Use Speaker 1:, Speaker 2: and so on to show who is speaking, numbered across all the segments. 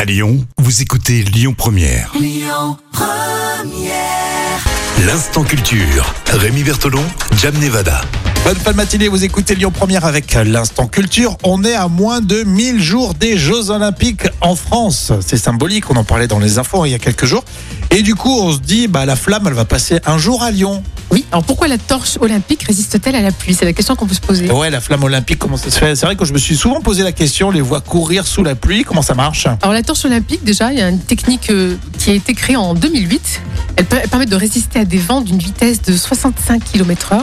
Speaker 1: À Lyon, vous écoutez Lyon Première. L'instant culture. Rémi Bertolon, Jam Nevada.
Speaker 2: Bonne fin de matinée, vous écoutez Lyon Première avec l'instant culture. On est à moins de 1000 jours des Jeux Olympiques en France. C'est symbolique, on en parlait dans les infos hein, il y a quelques jours. Et du coup, on se dit, bah, la flamme, elle va passer un jour à Lyon.
Speaker 3: Oui, alors pourquoi la torche olympique résiste-t-elle à la pluie C'est la question qu'on peut se poser.
Speaker 2: Ouais, la flamme olympique, comment ça se fait C'est vrai que je me suis souvent posé la question, les voit courir sous la pluie, comment ça marche
Speaker 3: Alors la torche olympique, déjà, il y a une technique euh, qui a été créée en 2008. Elle, per- elle permet de résister à des vents d'une vitesse de 65 km/h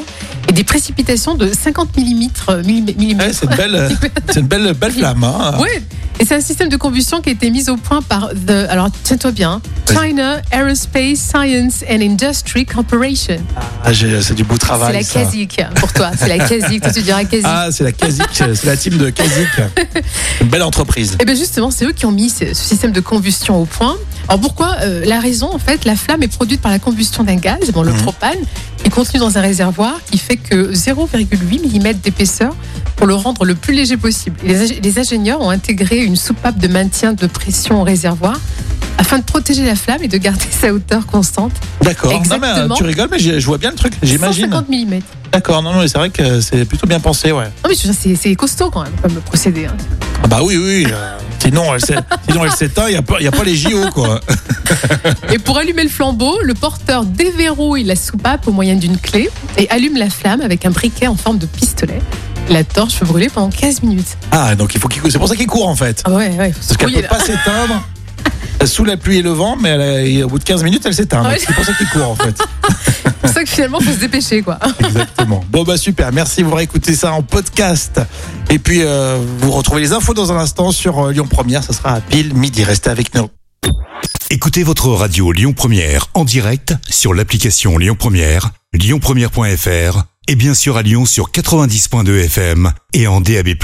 Speaker 3: et des précipitations de 50 mm.
Speaker 2: Ouais, Eh, C'est une belle, c'est une belle, belle flamme. hein.
Speaker 3: Ouais. Et c'est un système de combustion qui a été mis au point par the, alors tiens-toi bien,
Speaker 2: Vas-y.
Speaker 3: China Aerospace Science and Industry Corporation.
Speaker 2: Ah, j'ai- c'est du beau
Speaker 3: C'est
Speaker 2: travail.
Speaker 3: la
Speaker 2: ça.
Speaker 3: CASIC pour toi. C'est la CASIC. Toi, tu diras CASIC.
Speaker 2: Ah, c'est la Casic, c'est la team de Casic. Une belle entreprise.
Speaker 3: Eh bien justement, c'est eux qui ont mis ce, ce système de combustion au point. Alors pourquoi Euh, La raison, en fait, la flamme est produite par la combustion d'un gaz, bon, le
Speaker 2: Mhm.
Speaker 3: propane, qui est contenu dans un réservoir qui fait que 0,8 mm d'épaisseur pour le rendre le plus léger possible. Et Les, ing- les ingénieurs ont intégré une soupape de maintien de pression au réservoir afin de protéger la flamme et de garder sa hauteur constante,
Speaker 2: D'accord. Non, mais euh,
Speaker 3: Exactement.
Speaker 2: tu rigoles, mais j'ai- je vois bien le truc, j'imagine.
Speaker 3: 150 mm.
Speaker 2: D'accord, non, non, mais c'est vrai que c'est plutôt bien pensé, ouais.
Speaker 3: Non mais je veux dire, c'est- c'est costaud quand même comme procédé. hein.
Speaker 2: Ah bah oui, oui. euh, sinon, elle s'é- sinon, elle s'éteint, il n'y a, pas- y a pas les JO, quoi.
Speaker 3: Et pour allumer le flambeau, le porteur déverrouille la soupape au moyen d'une clé et allume la flamme avec un briquet en forme de pistolet. La torche peut brûler pendant 15 minutes.
Speaker 2: Ah, donc il faut qu'il cou- C'est pour ça qu'il court, en fait.
Speaker 3: Ah ouais, ouais, faut se
Speaker 2: Parce qu'elle
Speaker 3: brouiller,
Speaker 2: peut
Speaker 3: là.
Speaker 2: pas s'éteindre sous la pluie et le vent, mais elle a- et au bout de 15 minutes, elle s'éteint.
Speaker 3: Ah
Speaker 2: Donc
Speaker 3: ouais.
Speaker 2: C'est pour ça qu'il court, en fait.
Speaker 3: C'est pour ça que finalement, faut se dépêcher, quoi.
Speaker 2: Exactement. Bon, bah super. Merci. Vous réécouter ça en podcast. Et puis, euh, vous retrouvez les infos dans un instant sur euh, Lyon Première. Ça sera à pile midi. Restez avec nous.
Speaker 1: Écoutez votre radio Lyon Première en direct sur l'application Lyon Première, lyonpremière.fr et bien sûr à Lyon sur 90.2 FM et en DAB+.